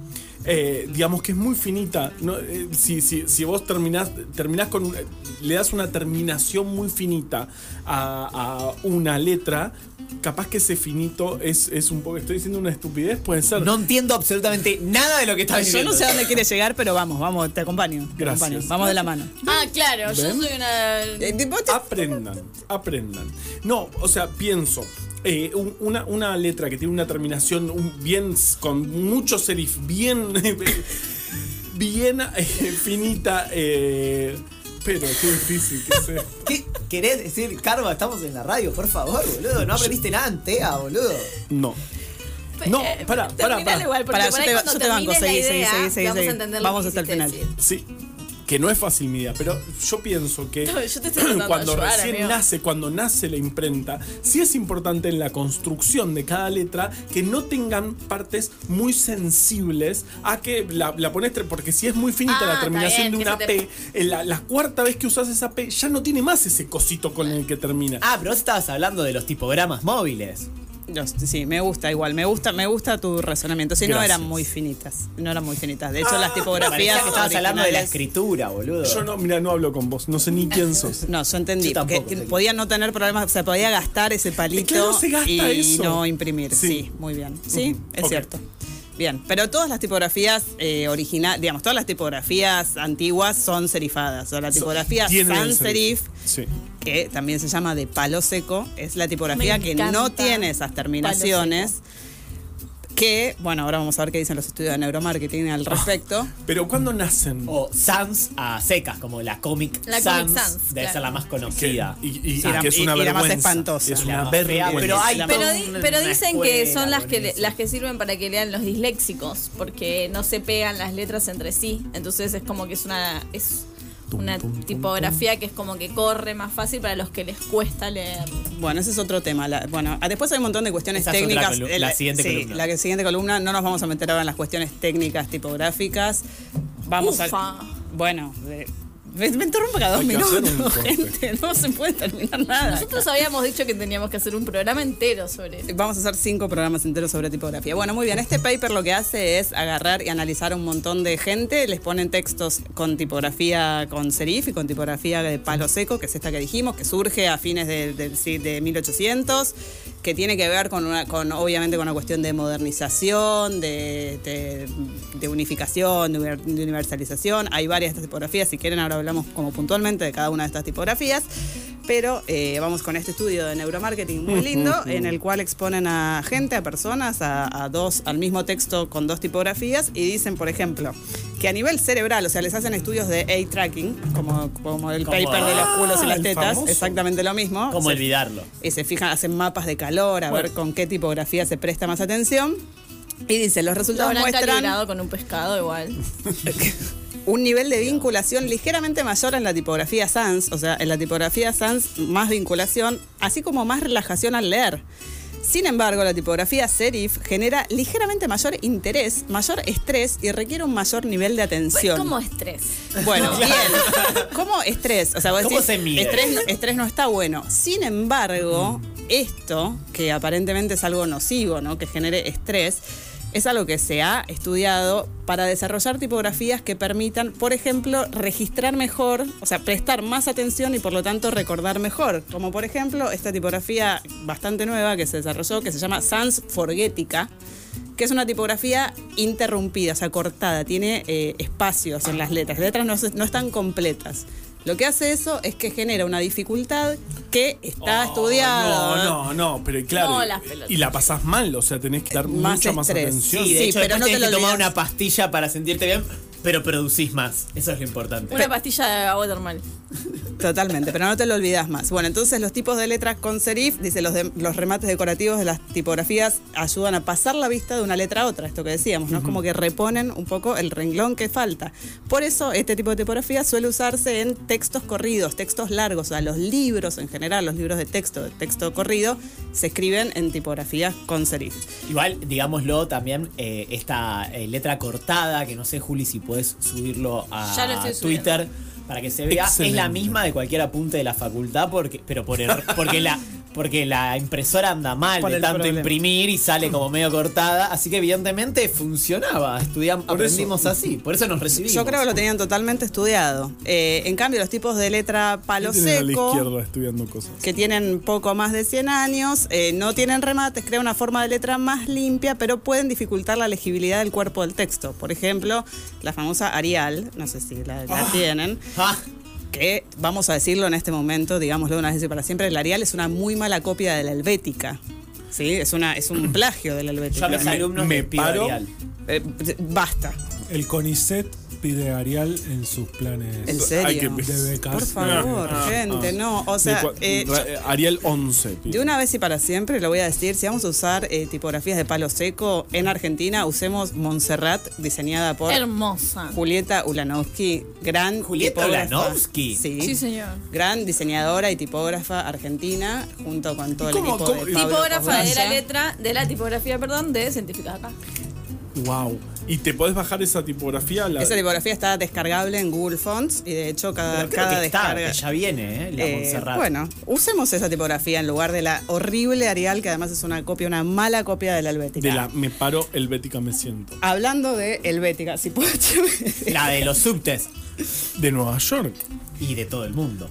C: eh, digamos que es muy finita. ¿no? Eh, si, si- si vos terminás, terminás con. un- Le das una terminación muy finita a, a una letra. Capaz que ese finito es, es un poco. Estoy diciendo una estupidez, puede ser.
E: No entiendo absolutamente nada de lo que está
F: Yo
E: diciendo.
F: no sé a dónde quiere llegar, pero vamos, vamos, te acompaño. te
C: Gracias.
F: acompaño. Vamos de la mano.
D: Ah, claro, yo
C: ¿Ven?
D: soy una.
F: Eh, tipo, te-
C: Aprendan, aprendan. No, o sea, pienso. eh, un- una, una letra que tiene una terminación un- bien s- con mucho serif, bien, bien eh, finita. eh, pero qué difícil que sea.
E: ¿Qué querés decir, Carva? Estamos en la radio, por favor, boludo. No aprendiste nada en TEA, boludo.
C: No. No,
D: Eh,
C: pará, pará,
D: terminala
C: pará.
D: igual, porque
F: Pará,
D: por
F: yo
D: ahí
F: te-
D: cuando
F: yo te banco,
D: termines la
F: seguí, seguí,
D: idea,
F: seguí, seguí,
D: vamos
F: seguí.
D: a entender lo
F: Vamos
D: que
F: hasta el
D: quisiste
F: final.
C: Sí, que no es fácil mi idea, pero yo pienso que
D: No, yo te estoy tratando de
C: cuando
D: ayudar,
C: recién
D: amigo.
C: nace, cuando nace la imprenta, sí es importante en la construcción de cada letra que no tengan partes muy sensibles a que la, la pones, tre- porque si es muy finita
D: Ah,
C: la
D: está
C: terminación
D: bien,
C: de
D: que
C: una
D: se
C: P,
D: te-
C: en la, la cuarta vez que usas esa P ya no tiene más ese cosito con el que termina.
E: Ah, pero vos estabas hablando de los tipogramas móviles.
F: Yo- sí, me gusta igual, me gusta, me gusta tu razonamiento. Si no
C: Gracias.
F: eran muy finitas, no eran muy finitas. De hecho, las
E: Parecía
F: tipografías
E: que estabas hablando de la
F: originales-
E: escritura, boludo.
C: Yo no, mira, no hablo con vos, no sé ni quién sos.
F: No, yo entendí.
E: Yo tampoco,
F: porque
E: sí.
F: podía no tener problemas, o sea, podía gastar ese palito
C: Claro, se gasta
F: y
C: eso.
F: no imprimir.
C: Sí.
F: Sí, muy bien. Sí, es
C: Ok.
F: cierto. Bien, pero todas las tipografías originales, digamos, todas las tipografías antiguas son serifadas. O la tipografía
C: tienen
F: sans
C: serif.
F: serif,
C: Sí.
F: que también se llama de palo seco, es la tipografía
D: Me
F: que
D: encanta.
F: no tiene esas terminaciones. Que, bueno, ahora vamos a ver qué dicen los estudios de neuromarketing
D: Ah.
F: al respecto.
C: Pero ¿cuándo nacen?
E: O Sans a secas, como la Comic
D: La
E: Sans.
D: Comic Sans,
E: debe
D: claro.
E: ser la más
C: Que-
E: conocida.
C: y, y-
F: Sí, la-
C: que es
F: y-
C: una
F: y la más
C: vergüenza.
F: espantosa.
C: Es
E: La
C: una
E: más fea,
C: vergüenza.
E: pero hay
F: La
D: Pero,
E: toda
D: di-
E: una
D: pero dicen que
E: escuela
D: son las que,
E: buenísima.
D: las que sirven para que lean los disléxicos, porque no se pegan las letras entre sí. Entonces es como que es una, es una tipografía que es como que corre más fácil para los que les cuesta leer.
F: Bueno, ese es otro tema. La- bueno, ah, después hay un montón de cuestiones
E: Esa es otra
F: técnicas.
E: colu-
F: Eh,
E: la siguiente
F: sí,
E: columna.
F: La que- siguiente columna. No nos vamos a meter ahora en las cuestiones técnicas tipográficas. Vamos
D: Ufa.
F: a. Bueno, eh, me, me interrumpo cada dos
C: Hay que hacer un
F: minutos,
C: corte.
F: gente. No se puede terminar nada.
D: Nosotros habíamos dicho que teníamos que hacer un programa entero sobre eso.
F: Eh, Vamos a hacer cinco programas enteros sobre tipografía. Bueno, muy bien. Este paper lo que hace es agarrar y analizar a un montón de gente. Les ponen textos con tipografía con serif y con tipografía de palo seco, que es esta que dijimos, que surge a fines de, del si- de 1800, que tiene que ver con, una, con, obviamente, con una cuestión de modernización, de, de- de unificación, de, uni- de universalización. Hay varias de estas tipografías. Si quieren, ahora hablamos como puntualmente de cada una de estas tipografías. Pero eh, vamos con este estudio de neuromarketing muy lindo, en el cual exponen a gente, a personas, a, a dos, al mismo texto con dos tipografías, y dicen, por ejemplo, que a nivel cerebral, o sea, les hacen estudios de eye tracking, como, como el
E: Como-
F: paper de los culos y
C: Ah, el
F: las tetas,
C: famoso.
F: exactamente lo mismo.
E: ¿Cómo
F: Se-
E: olvidarlo?
F: y se fijan, hacen mapas de calor, a ver con qué tipografía se presta más atención. Y dicen, los
D: Lo
F: resultados
D: habrán
F: muestran
D: calibrado con un pescado igual.
F: un nivel de vinculación ligeramente mayor en la tipografía Sans, o sea, en la tipografía Sans más vinculación, así como más relajación al leer. Sin embargo, la tipografía serif genera ligeramente mayor interés, mayor estrés y requiere un mayor nivel de
D: Pues
F: atención.
D: como estrés.
F: Bueno, bien. ¿Cómo estrés? O sea, vos
E: ¿Cómo
F: decís,
E: se mide?
F: Estrés, estrés no está bueno. Sin embargo, esto, que aparentemente es algo nocivo, ¿no? Que genere estrés, es algo que se ha estudiado para desarrollar tipografías que permitan, por ejemplo, registrar mejor, o sea, prestar más atención y por lo tanto recordar mejor. Como por ejemplo, esta tipografía bastante nueva que se desarrolló, que se llama Sans Forgetica que es una tipografía interrumpida, o sea, cortada, tiene eh, espacios en las letras, las letras no, se- no están completas. Lo que hace eso es que genera una dificultad que está estudiada.
C: No, no, no, pero claro.
D: No,
C: y-
D: las pelotas.
C: y la pasás mal, o sea, tenés que dar
F: Más
C: mucha más
F: estrés.
C: atención.
E: Sí, de
F: Sí,
E: hecho,
F: pero
E: después
F: no te
E: tenés
F: lo
E: que tomar
F: olvidas.
E: una pastilla para sentirte bien, pero producís más. Eso es lo importante.
D: Una pastilla de agua termal.
F: Totalmente, pero no te lo olvidas más. Bueno, entonces los tipos de letras con serif, dice, los, de- los remates decorativos de las tipografías ayudan a pasar la vista de una letra a otra, esto que decíamos, ¿no? Es Como que reponen un poco el renglón que falta. Por eso este tipo de tipografía suele usarse en textos corridos, textos largos, o sea, los libros en general, los libros de texto, de texto corrido, se escriben en tipografías con serif.
E: Igual, digámoslo también, eh, esta eh, letra cortada, que no sé, Juli, si puedes subirlo
D: Ya lo
E: a
D: estoy subiendo.
E: Twitter para que se vea. Es la
C: Excelente.
E: misma de cualquier apunte de la facultad, porque, pero por error- porque la. Porque la impresora anda mal
F: ¿Cuál
E: de
F: es el
E: tanto
F: problema?
E: imprimir y sale como medio cortada. Así que evidentemente funcionaba. Estudiamos,
C: Por eso.
E: aprendimos así. Por eso nos recibimos.
F: Yo creo que lo tenían totalmente estudiado. Eh, en cambio, los tipos de letra palo
C: Tienen a la
F: seco...
C: izquierda estudiando cosas.
F: que tienen poco más de 100 años, eh, no tienen remates, crea una forma de letra más limpia, pero pueden dificultar la legibilidad del cuerpo del texto. Por ejemplo, la famosa Arial, no sé si la, la tienen,
E: Ah,
F: que vamos a decirlo en este momento, digámoslo una vez y para siempre, la Arial es una muy mala copia de la helvética. Sí, es, una, es un plagio de la
E: yo a
F: helvética.
E: mis alumnos
C: me
E: les pido
C: paro.
E: Arial.
F: Eh, basta.
G: El CONICET pide Arial en sus planes.
F: ¿En
C: Hay
F: serio?
C: que-
G: De becas.
F: Por favor,
C: Ah,
F: gente,
C: ah.
F: no. O sea,
C: De cua-
F: eh,
C: ra- eh, Arial 11. tío.
F: De una vez y para siempre, lo voy a decir, si vamos a usar eh, tipografías de palo seco en Argentina, usemos Montserrat, diseñada por
D: Hermosa.
F: Julieta Ulanowski, gran
E: ¿Julieta
F: tipógrafa.
E: Ulanowski?
F: Sí.
D: Sí, señor.
F: Gran diseñadora y tipógrafa argentina, junto con todo el
C: cómo-
F: equipo
C: cómo-
F: de Pablo
D: Tipógrafa de la
F: Cornella.
D: letra, de la tipografía, perdón, de Científicas Acá.
C: Wow. Y te podés bajar esa tipografía. La,
F: Esa tipografía está descargable en Google Fonts y de hecho cada,
E: Pero creo
F: cada
E: que está,
F: descarga...
E: que ya viene, ¿eh? La
F: Eh,
E: Montserrat.
F: bueno, usemos esa tipografía en lugar de la horrible Arial, que además es una copia, una mala copia de la helvética.
C: de la me paro, helvética me siento.
F: Hablando de helvética, si puedo...
E: La de los subtes.
C: de Nueva York.
E: y de todo el mundo.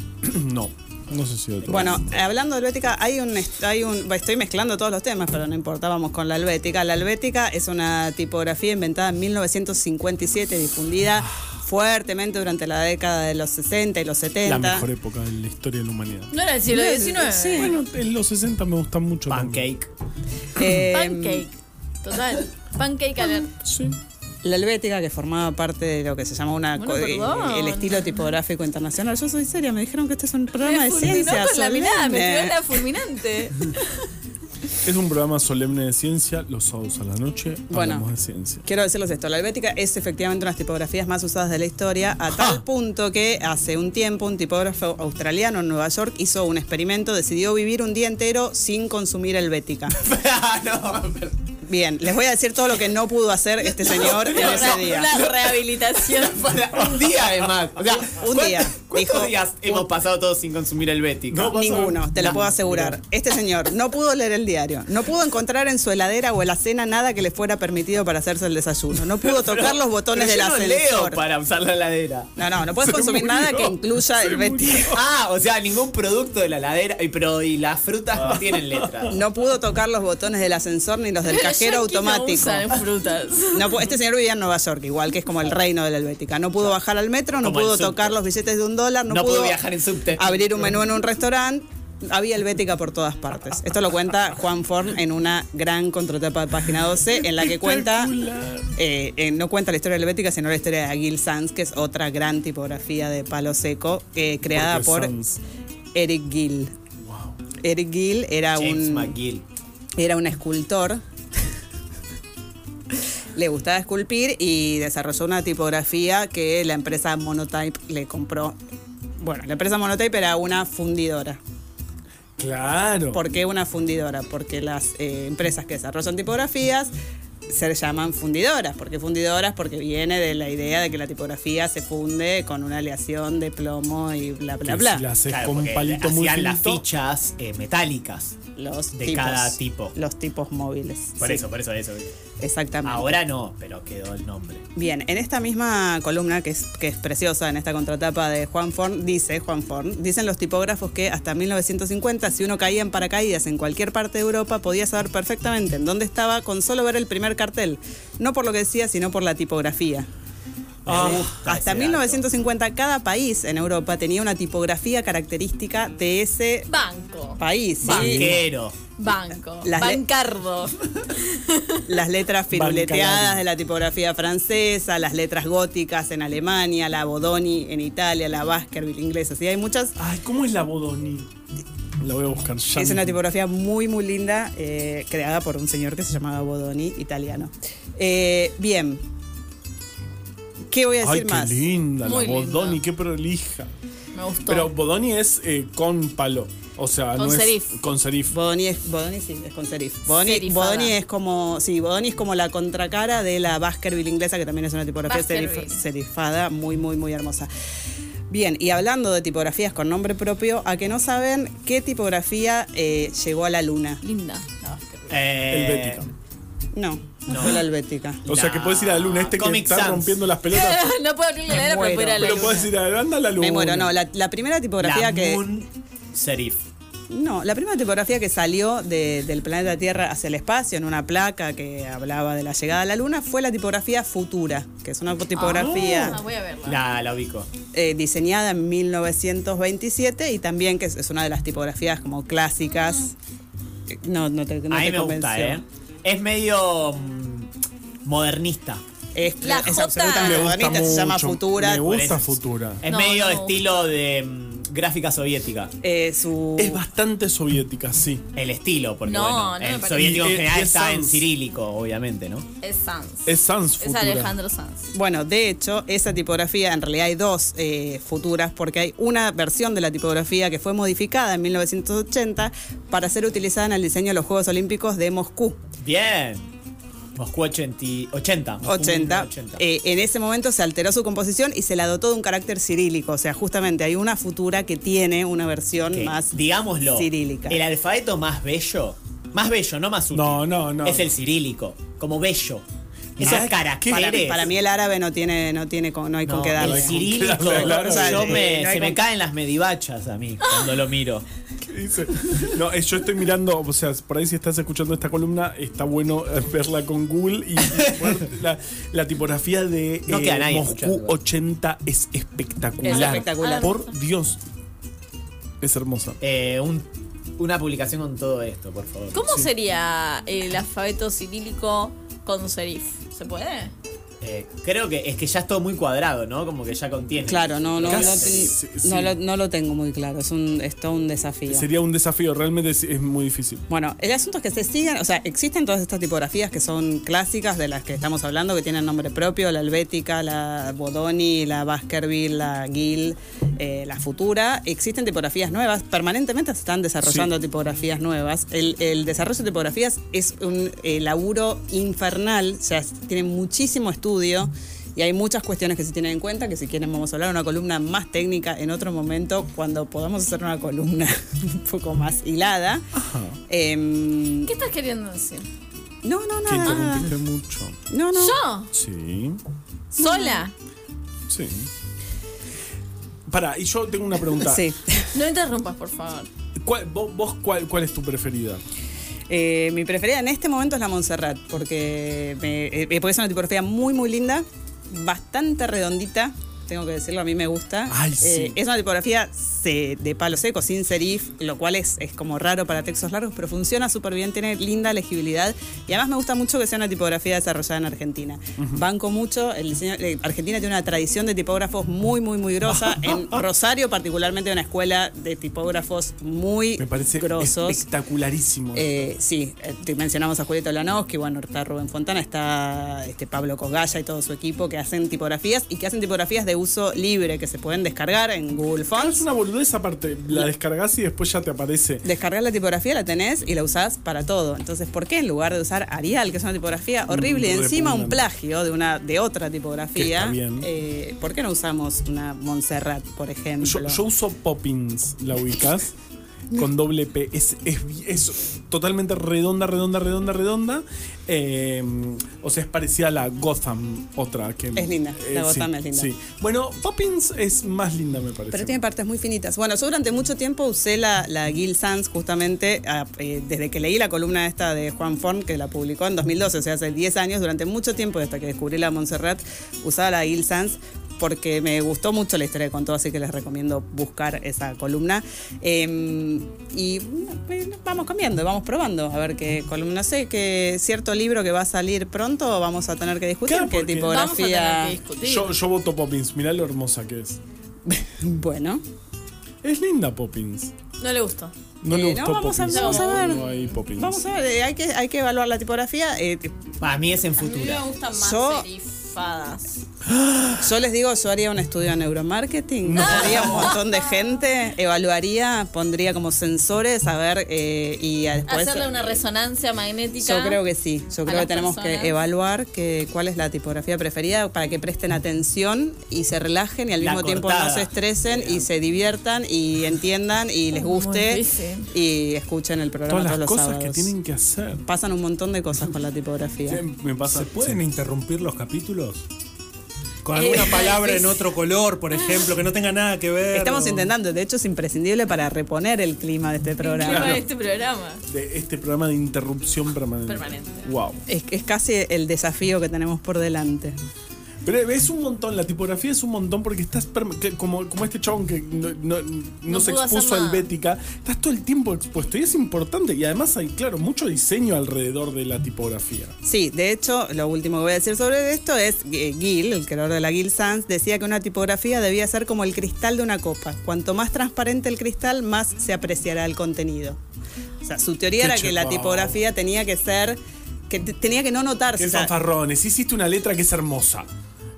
C: No, no sé si de todo.
F: Bueno, eh, hablando de Helvética, hay un, est- hay un. Estoy mezclando todos los temas, pero no importa, vamos con la Helvética. La Helvética es una tipografía inventada en 1957, difundida fuertemente durante la década de los 60 y los
C: la
F: 70.
C: mejor em- época de la historia de la humanidad.
D: No era el siglo XIX.
F: Sí.
C: Bueno, en los 60 me gustan mucho. también.
E: Pancake.
F: Eh,
D: Pancake. Total. Pancake alert.
C: Sí.
F: La Helvética, que formaba parte de lo que se llama una
D: Bueno,
F: co- eh,
D: perdón.
F: el estilo tipográfico internacional. Yo soy seria, me dijeron que este es un programa
D: Me
F: de
D: fulminó
F: ciencia.
D: con la mirada, me tiró
F: solemne.
D: la fulminante.
C: Es un programa solemne de ciencia, los sábados a la noche
F: Bueno.
C: hablamos de ciencia.
F: Quiero decirles esto, la helvética es efectivamente una de las tipografías más usadas de la historia, a tal punto que hace un tiempo un tipógrafo australiano en Nueva York hizo un experimento, decidió vivir un día entero sin consumir helvética.
E: Ah,
F: Bien, les voy a decir todo lo que no pudo hacer este señor en ese día.
D: Una rehabilitación.
E: un día además. O sea,
F: Un día,
E: ¿cuántos- ¿Cuántos
F: dijo,
E: días hemos pasado todos sin consumir el Bética?
C: No, vas a-
F: Ninguno, te lo
E: No,
F: puedo asegurar. Este señor no pudo leer el diario, no pudo encontrar en su heladera o en la cena nada que le fuera permitido para hacerse el desayuno, no pudo tocar los botones
E: Pero
F: del
E: yo no
F: ascensor.
E: leo para usar la heladera.
F: No, no, no puedes
C: Se
F: consumir
C: murió,
F: nada que incluya
C: se
F: el
C: murió.
F: Betty.
E: Ah, o sea, ningún producto de la heladera. Y, pero y las frutas
C: Ah.
E: no tienen letras.
F: No pudo tocar los botones del ascensor ni los del cajero
D: Yankee No
F: automático.
D: usan frutas.
F: No pu- este señor vivía en Nueva York, igual que es como el reino de la Helvética. No pudo bajar al metro, no
E: Como el
F: pudo
E: subte.
F: tocar los billetes de un dólar, no,
E: No pudo viajar en subte.
F: abrir un menú en un restaurante. Había Helvética por todas partes. Esto lo cuenta Juan Forn en una gran contratapa de página 12, en la que cuenta. eh, eh, no cuenta la historia de Helvética, sino la historia de Gil Sanz, que es otra gran tipografía de palo seco, eh, creada
C: Porque
F: por
C: Sans-
F: Eric Gill. Eric Gill era
E: James
F: un
E: McGill.
F: era un escultor. Le gustaba esculpir y desarrolló una tipografía que la empresa Monotype le compró. Bueno, la empresa Monotype era una fundidora.
C: Claro.
F: ¿Por qué una fundidora? Porque las eh, empresas que desarrollan tipografías se llaman fundidoras. ¿Por qué fundidoras? Porque viene de la idea de que la tipografía se funde con una aleación de plomo y bla,
C: Que
F: bla, bla.
C: Si la haces
E: Claro,
C: con un
E: porque
C: palito muy
E: hacían las
C: finito,
E: fichas eh, metálicas.
F: Los
E: de
F: tipos,
E: cada tipo.
F: Los tipos móviles.
E: Por
F: Sí,
E: eso, por eso, por eso.
F: Exactamente.
E: Ahora no, pero quedó el nombre.
F: Bien, en esta misma columna, que es, que es preciosa, en esta contratapa de Juan Forn, dice Juan Forn, dicen los tipógrafos que hasta 1950, si uno caía en paracaídas en cualquier parte de Europa, podía saber perfectamente en dónde estaba con solo ver el primer cartel. No por lo que decía, sino por la tipografía.
E: Me gusta Ah, ese
F: Ah, hasta
E: dato.
F: 1950, cada país en Europa tenía una tipografía característica de ese
D: Banco.
F: país. ¿sí?
E: Banquero.
D: Banco.
F: Las le-
D: Bancardo.
F: las letras firuleteadas de la tipografía francesa, las letras góticas en Alemania, la Bodoni en Italia, la Baskerville inglesa. Sí, hay muchas.
C: Ay, ¿cómo es la Bodoni? La voy a buscar ya.
F: Es
C: mismo.
F: una tipografía muy, muy linda, eh, creada por un señor que se llamaba Bodoni, italiano. Eh, bien. ¿Qué voy a
C: Ay,
F: decir
C: qué
F: más?
C: linda
D: Muy
C: la
D: linda.
C: Bodoni, qué prolija.
D: Me gustó.
C: Pero Bodoni es eh, con palo. O sea,
D: Con
C: no es
D: serif.
C: con serif.
F: Bodoni es, Bodoni sí, es con serif. Bodoni,
D: Serifada.
F: Bodoni es como, sí, Bodoni es como la contracara de la Baskerville inglesa, que también es una tipografía serif-
D: Baskerville.
F: serifada, muy, muy, muy hermosa. Bien, y hablando de tipografías con nombre propio, a que no saben qué tipografía eh, llegó a la luna.
D: Linda.
E: Eh,
C: Helvética.
F: No, no
E: No.
F: fue la helvética.
C: O sea, que puedes ir a la luna. Este que
E: Comic
C: está
E: Sans.
C: rompiendo las pelotas.
D: no puedo abrir la heladera, pero
F: muero.
D: puedo ir a la
C: Pero
D: luna.
C: puedes ir a anda a la luna.
F: Me muero, no, la, la primera tipografía
E: la
F: que...
E: Moon Serif.
F: No, la primera tipografía que salió de- del planeta Tierra hacia el espacio en una placa que hablaba de la llegada a la luna fue la tipografía Futura, que es una tipografía
D: Ah, voy a verla.
E: La, la ubico.
F: eh, diseñada en 1927 y también que es, es una de las tipografías como clásicas. Eh, No, no te, no
E: Mm. a
F: te
E: mí me gusta,
F: convenció.
E: ¿eh? Es medio mm, modernista.
F: Es,
D: La
F: es
D: J.
F: absolutamente
D: Me
F: modernista, se llama Futura.
C: Me
E: Por
C: gusta
E: eso.
C: Futura.
E: Es
D: No,
E: medio
D: no me
E: estilo de mm, gráfica soviética.
F: Eh, su,
C: Es bastante soviética, sí.
E: El estilo, porque
D: No, no
E: bueno,
D: me
E: el
D: parece.
E: soviético
C: Y,
E: en
C: eh,
E: general
C: es
E: está en
C: sans.
E: cirílico, obviamente, ¿no?
D: Es Sans.
C: Es Sans
D: Es
C: Futura.
D: Alejandro Sanz.
F: bueno, de hecho, esa tipografía, en realidad hay dos eh, futuras, porque hay una versión de la tipografía que fue modificada en 1980 para ser utilizada en el diseño de los Juegos Olímpicos de Moscú.
E: Bien. Moscú 80. 80. Moscú
F: 80.
E: 80.
F: Eh, en ese momento se alteró su composición y se la dotó de un carácter cirílico. O sea, justamente hay una futura que tiene una versión
E: Que,
F: más.
E: digámoslo,
F: cirílica.
E: el alfabeto más bello, más bello, no más útil,
C: No, no, no.
E: es el cirílico, como bello. Esos
F: Ay,
E: caracteres.
F: Para, para mí el árabe no tiene, no tiene con- no hay
E: No,
F: con qué
E: el
F: darle.
E: cirílico,
C: Claro, claro,
E: yo
F: claro.
E: me,
F: No hay
E: se me
F: con-
E: caen las medivachas a mí cuando lo miro.
C: ¿Qué dice? No, eh, yo estoy mirando, o sea, por ahí si estás escuchando esta columna, está bueno eh, verla con Google y, y poner la, la tipografía de eh,
E: No queda nadie
C: Moscú
E: escuchando.
C: 80 es espectacular.
F: Es espectacular.
C: Por Dios. Es hermosa.
E: Eh, un- una publicación con todo esto, por favor.
D: ¿Cómo sería el alfabeto cirílico con serif? ¿Se puede?
E: Eh, creo que es que ya es todo muy cuadrado, ¿no? Como que ya contiene.
F: Claro, no, no, no,
C: Casi,
F: ten-
C: sí, sí.
F: no lo, no lo tengo muy claro. Es, un, es todo un desafío.
C: Sería un desafío, realmente es, es muy difícil.
F: Bueno, el asunto es que se sigan, o sea, existen todas estas tipografías que son clásicas de las que estamos hablando, que tienen nombre propio, la helvética, la Bodoni, la Baskerville, la Gill, eh, la Futura. Existen tipografías nuevas, permanentemente se están desarrollando tipografías nuevas. El, el desarrollo de tipografías es un eh, laburo infernal, o sea, tiene muchísimo estudio. Y hay muchas cuestiones que se tienen en cuenta, que si quieren vamos a hablar una columna más técnica en otro momento, cuando podamos hacer una columna un poco más hilada. Em,
D: ¿Qué estás queriendo decir?
F: no, no,
C: Que
F: nada. nada.
C: interrumpiste mucho.
F: No, no.
D: ¿Yo?
C: Ah. Sí.
D: ¿Sola?
C: Sí. Pará, y yo tengo una pregunta.
F: Sí.
D: No interrumpas, por favor.
C: ¿Cuál- ¿Vos, vos cuál, cuál es tu preferida?
F: Eh, mi preferida en este momento es la Montserrat, porque, me- eh, porque es una tipografía muy, muy linda, bastante redondita. Tengo que decirlo, a mí me gusta.
C: Ay, sí.
F: Eh, es una tipografía se- de palo seco, sin serif, lo cual es, es como raro para textos largos, pero funciona súper bien, tiene linda legibilidad y además me gusta mucho que sea una tipografía desarrollada en Argentina. Banco mucho, el diseño- eh, Argentina tiene una tradición de tipógrafos muy, muy, muy grosa. en Rosario particularmente hay una escuela de tipógrafos muy
C: Me parece
F: grosos.
C: espectacularísimo.
F: Eh, sí, eh, te- mencionamos a Julieta Olanowski, bueno, está Rubén Fontana, está este Pablo Cogalla y todo su equipo que hacen tipografías y que hacen tipografías de uso libre que se pueden descargar en Google
C: Ah, Es
F: Fonts.
C: una boludez aparte. La descargas y después ya te aparece.
F: Descargar la tipografía, la tenés y la usás para todo. Entonces, ¿por qué en lugar de usar Arial, que es una tipografía horrible, y
C: Mm,
F: encima un
C: repugnante.
F: plagio de una de otra
C: Que está
F: tipografía?
C: bien.
F: eh, ¿Por qué no usamos una Montserrat, por ejemplo?
C: Yo, yo uso Poppins, la ubicas. Con doble P. Es, es, bi- es totalmente redonda, redonda, redonda, redonda. Eh, o sea, es parecida a la Gotham, otra que. Eh,
F: Es linda, la
C: sí,
F: Gotham es linda.
C: sí. Bueno, Poppins es más linda, me parece.
F: Pero tiene partes muy finitas. Bueno, yo durante mucho tiempo usé la, la Gil Sans justamente a- eh, desde que leí la columna esta de Juan Forn, que la publicó en 2012, o sea, hace 10 años, durante mucho tiempo, hasta que descubrí la Montserrat, usaba la Gil Sans porque me gustó mucho la historia de contó, así que les recomiendo buscar esa columna. Eh, y bueno, pues, vamos cambiando, vamos probando, a ver qué columna. Sé que cierto libro que va a salir pronto vamos a tener que discutir
C: Claro,
F: qué
C: porque-
D: Vamos a
F: tipografía...
D: tener que discutir.
C: yo, yo voto Poppins. Mirá lo hermosa que es.
F: Bueno.
C: Es linda Poppins.
D: No le gustó.
C: No le
F: Eh, no,
C: gustó
F: vamos a-
C: Poppins.
F: vamos a ver.
C: No hay Poppins.
F: Vamos a ver, eh, hay que, hay que evaluar la tipografía. eh, t-
E: Para mí es en
D: A mí me
E: futura.
D: gustan más
F: Yo-
D: serifadas.
F: yo les digo, yo haría un estudio en neuromarketing, haría un montón de gente, evaluaría, pondría como sensores, a ver, eh, y a después...
D: Hacerle una resonancia magnética.
F: Yo creo que sí, yo creo
D: las
F: que tenemos
D: personas.
F: que evaluar que, cuál es la tipografía preferida para que presten atención y se relajen y al
E: La
F: mismo tiempo
E: cortada.
F: no se estresen y se diviertan y entiendan y les
D: Muy
F: guste
D: difícil.
F: y escuchen el programa
C: Todas las
F: todos los
C: cosas
F: sábados.
C: que tienen que hacer.
F: Pasan un montón de cosas con la tipografía.
C: Me pasa.
G: ¿Se pueden interrumpir los capítulos? Con
D: Eh,
G: alguna
D: no,
G: palabra
D: es-
G: en otro color, por ejemplo, que no tenga nada que ver.
F: Estamos
G: o-
F: intentando, de hecho es imprescindible para reponer el clima de este
D: ¿Qué
F: programa.
D: va este programa?
C: de este programa de interrupción permanente.
D: Permanente.
C: Wow.
F: Es, es casi el desafío que tenemos por delante.
C: Pero es un montón, la tipografía es un montón porque estás perma- que como, como este chabón que no, no- no
D: No
C: se
D: pudo hacer
C: expuso a
D: nada.
C: Helvética, estás todo el tiempo expuesto y es importante. Y además hay, claro, mucho diseño alrededor de la tipografía.
F: Sí, de hecho, lo último que voy a decir sobre esto es eh, Gill, el creador de la Gill Sans, decía que una tipografía debía ser como el cristal de una copa. Cuanto más transparente el cristal, más se apreciará el contenido. O sea, su
C: Qué
F: teoría era que la
C: chupado.
F: tipografía tenía que ser, que te- tenía que no notarse.
C: Qué
F: o sea,
C: fanfarrones, hiciste una letra que es hermosa,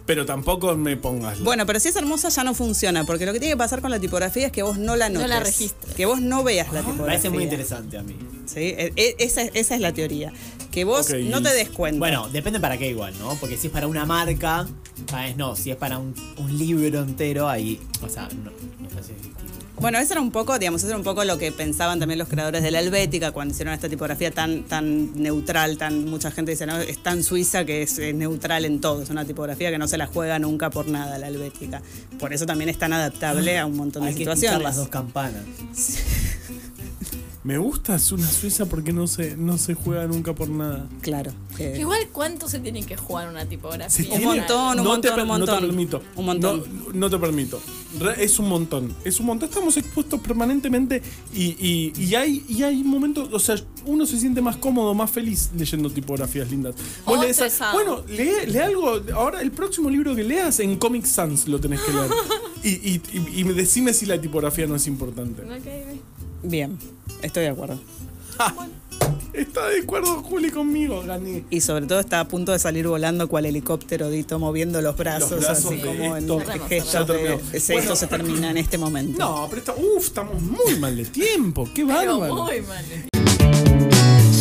C: pero tampoco me pongas. la-
F: Bueno, pero si es hermosa ya no funciona, porque lo que tiene que pasar con la tipografía es que vos no la
D: No
F: notes.
D: la registres.
F: Que vos no veas la
E: Ah, Me
F: tipografía.
E: parece muy interesante a mí.
F: Sí, e- e- esa, es- esa es la teoría. Que vos
C: Ok,
F: no
C: y-
F: te des cuenta.
E: Bueno, depende para qué igual, ¿no? Porque si es para una ah, marca, ¿sabes? No, si es para un, un libro entero, ahí, o sea, no, no sé si es distinto.
F: Bueno, eso era un poco, digamos, eso era un poco lo que pensaban también los creadores de la Helvética cuando hicieron esta tipografía tan, tan neutral, tan mucha gente dice, no, es tan suiza que es, eh, neutral en todo, es una tipografía que no se la juega nunca por nada la Helvética. Por eso también es tan
C: Ah,
F: adaptable a un montón de
E: Hay que escuchar
F: situaciones.
E: las dos campanas.
C: Me gusta es una Suiza porque no se, no se juega nunca por nada.
F: Claro. que-
D: Igual, ¿cuánto se tiene que jugar una tipografía?
C: Se
F: Un
C: tiene-
F: montón, un
C: no te
F: montón,
C: per-
F: un
C: No
F: montón.
C: te permito.
F: Un montón.
C: No, no te permito. Re- Es un montón. Es un montón. Estamos expuestos permanentemente y, y- y hay, y hay momentos, o sea, uno se siente más cómodo, más feliz leyendo tipografías lindas.
F: Oh,
D: O
C: lees a-
D: estresado.
C: bueno, lee, lee algo. Ahora, el próximo libro que leas en Comic Sans lo tenés que leer. y, y, y- y decime si la tipografía no es importante.
D: Ok,
F: Bien, estoy de acuerdo.
C: Está de acuerdo Juli conmigo, gané.
F: Y sobre todo está a punto de salir volando cual helicóptero, Dito, moviendo los brazos,
C: Los brazos
F: así
C: de
F: como
C: esto.
F: en
D: Cerramos,
F: gestos
C: cerramos.
F: de-
C: Ya terminó.
F: ese-
C: Bueno.
F: Esto se termina en este momento.
C: No, pero está, uf, estamos muy mal de tiempo. Qué
G: Ah,
D: Pero eh.
C: bárbaro.
D: muy mal.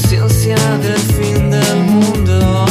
H: Ciencia del fin del mundo.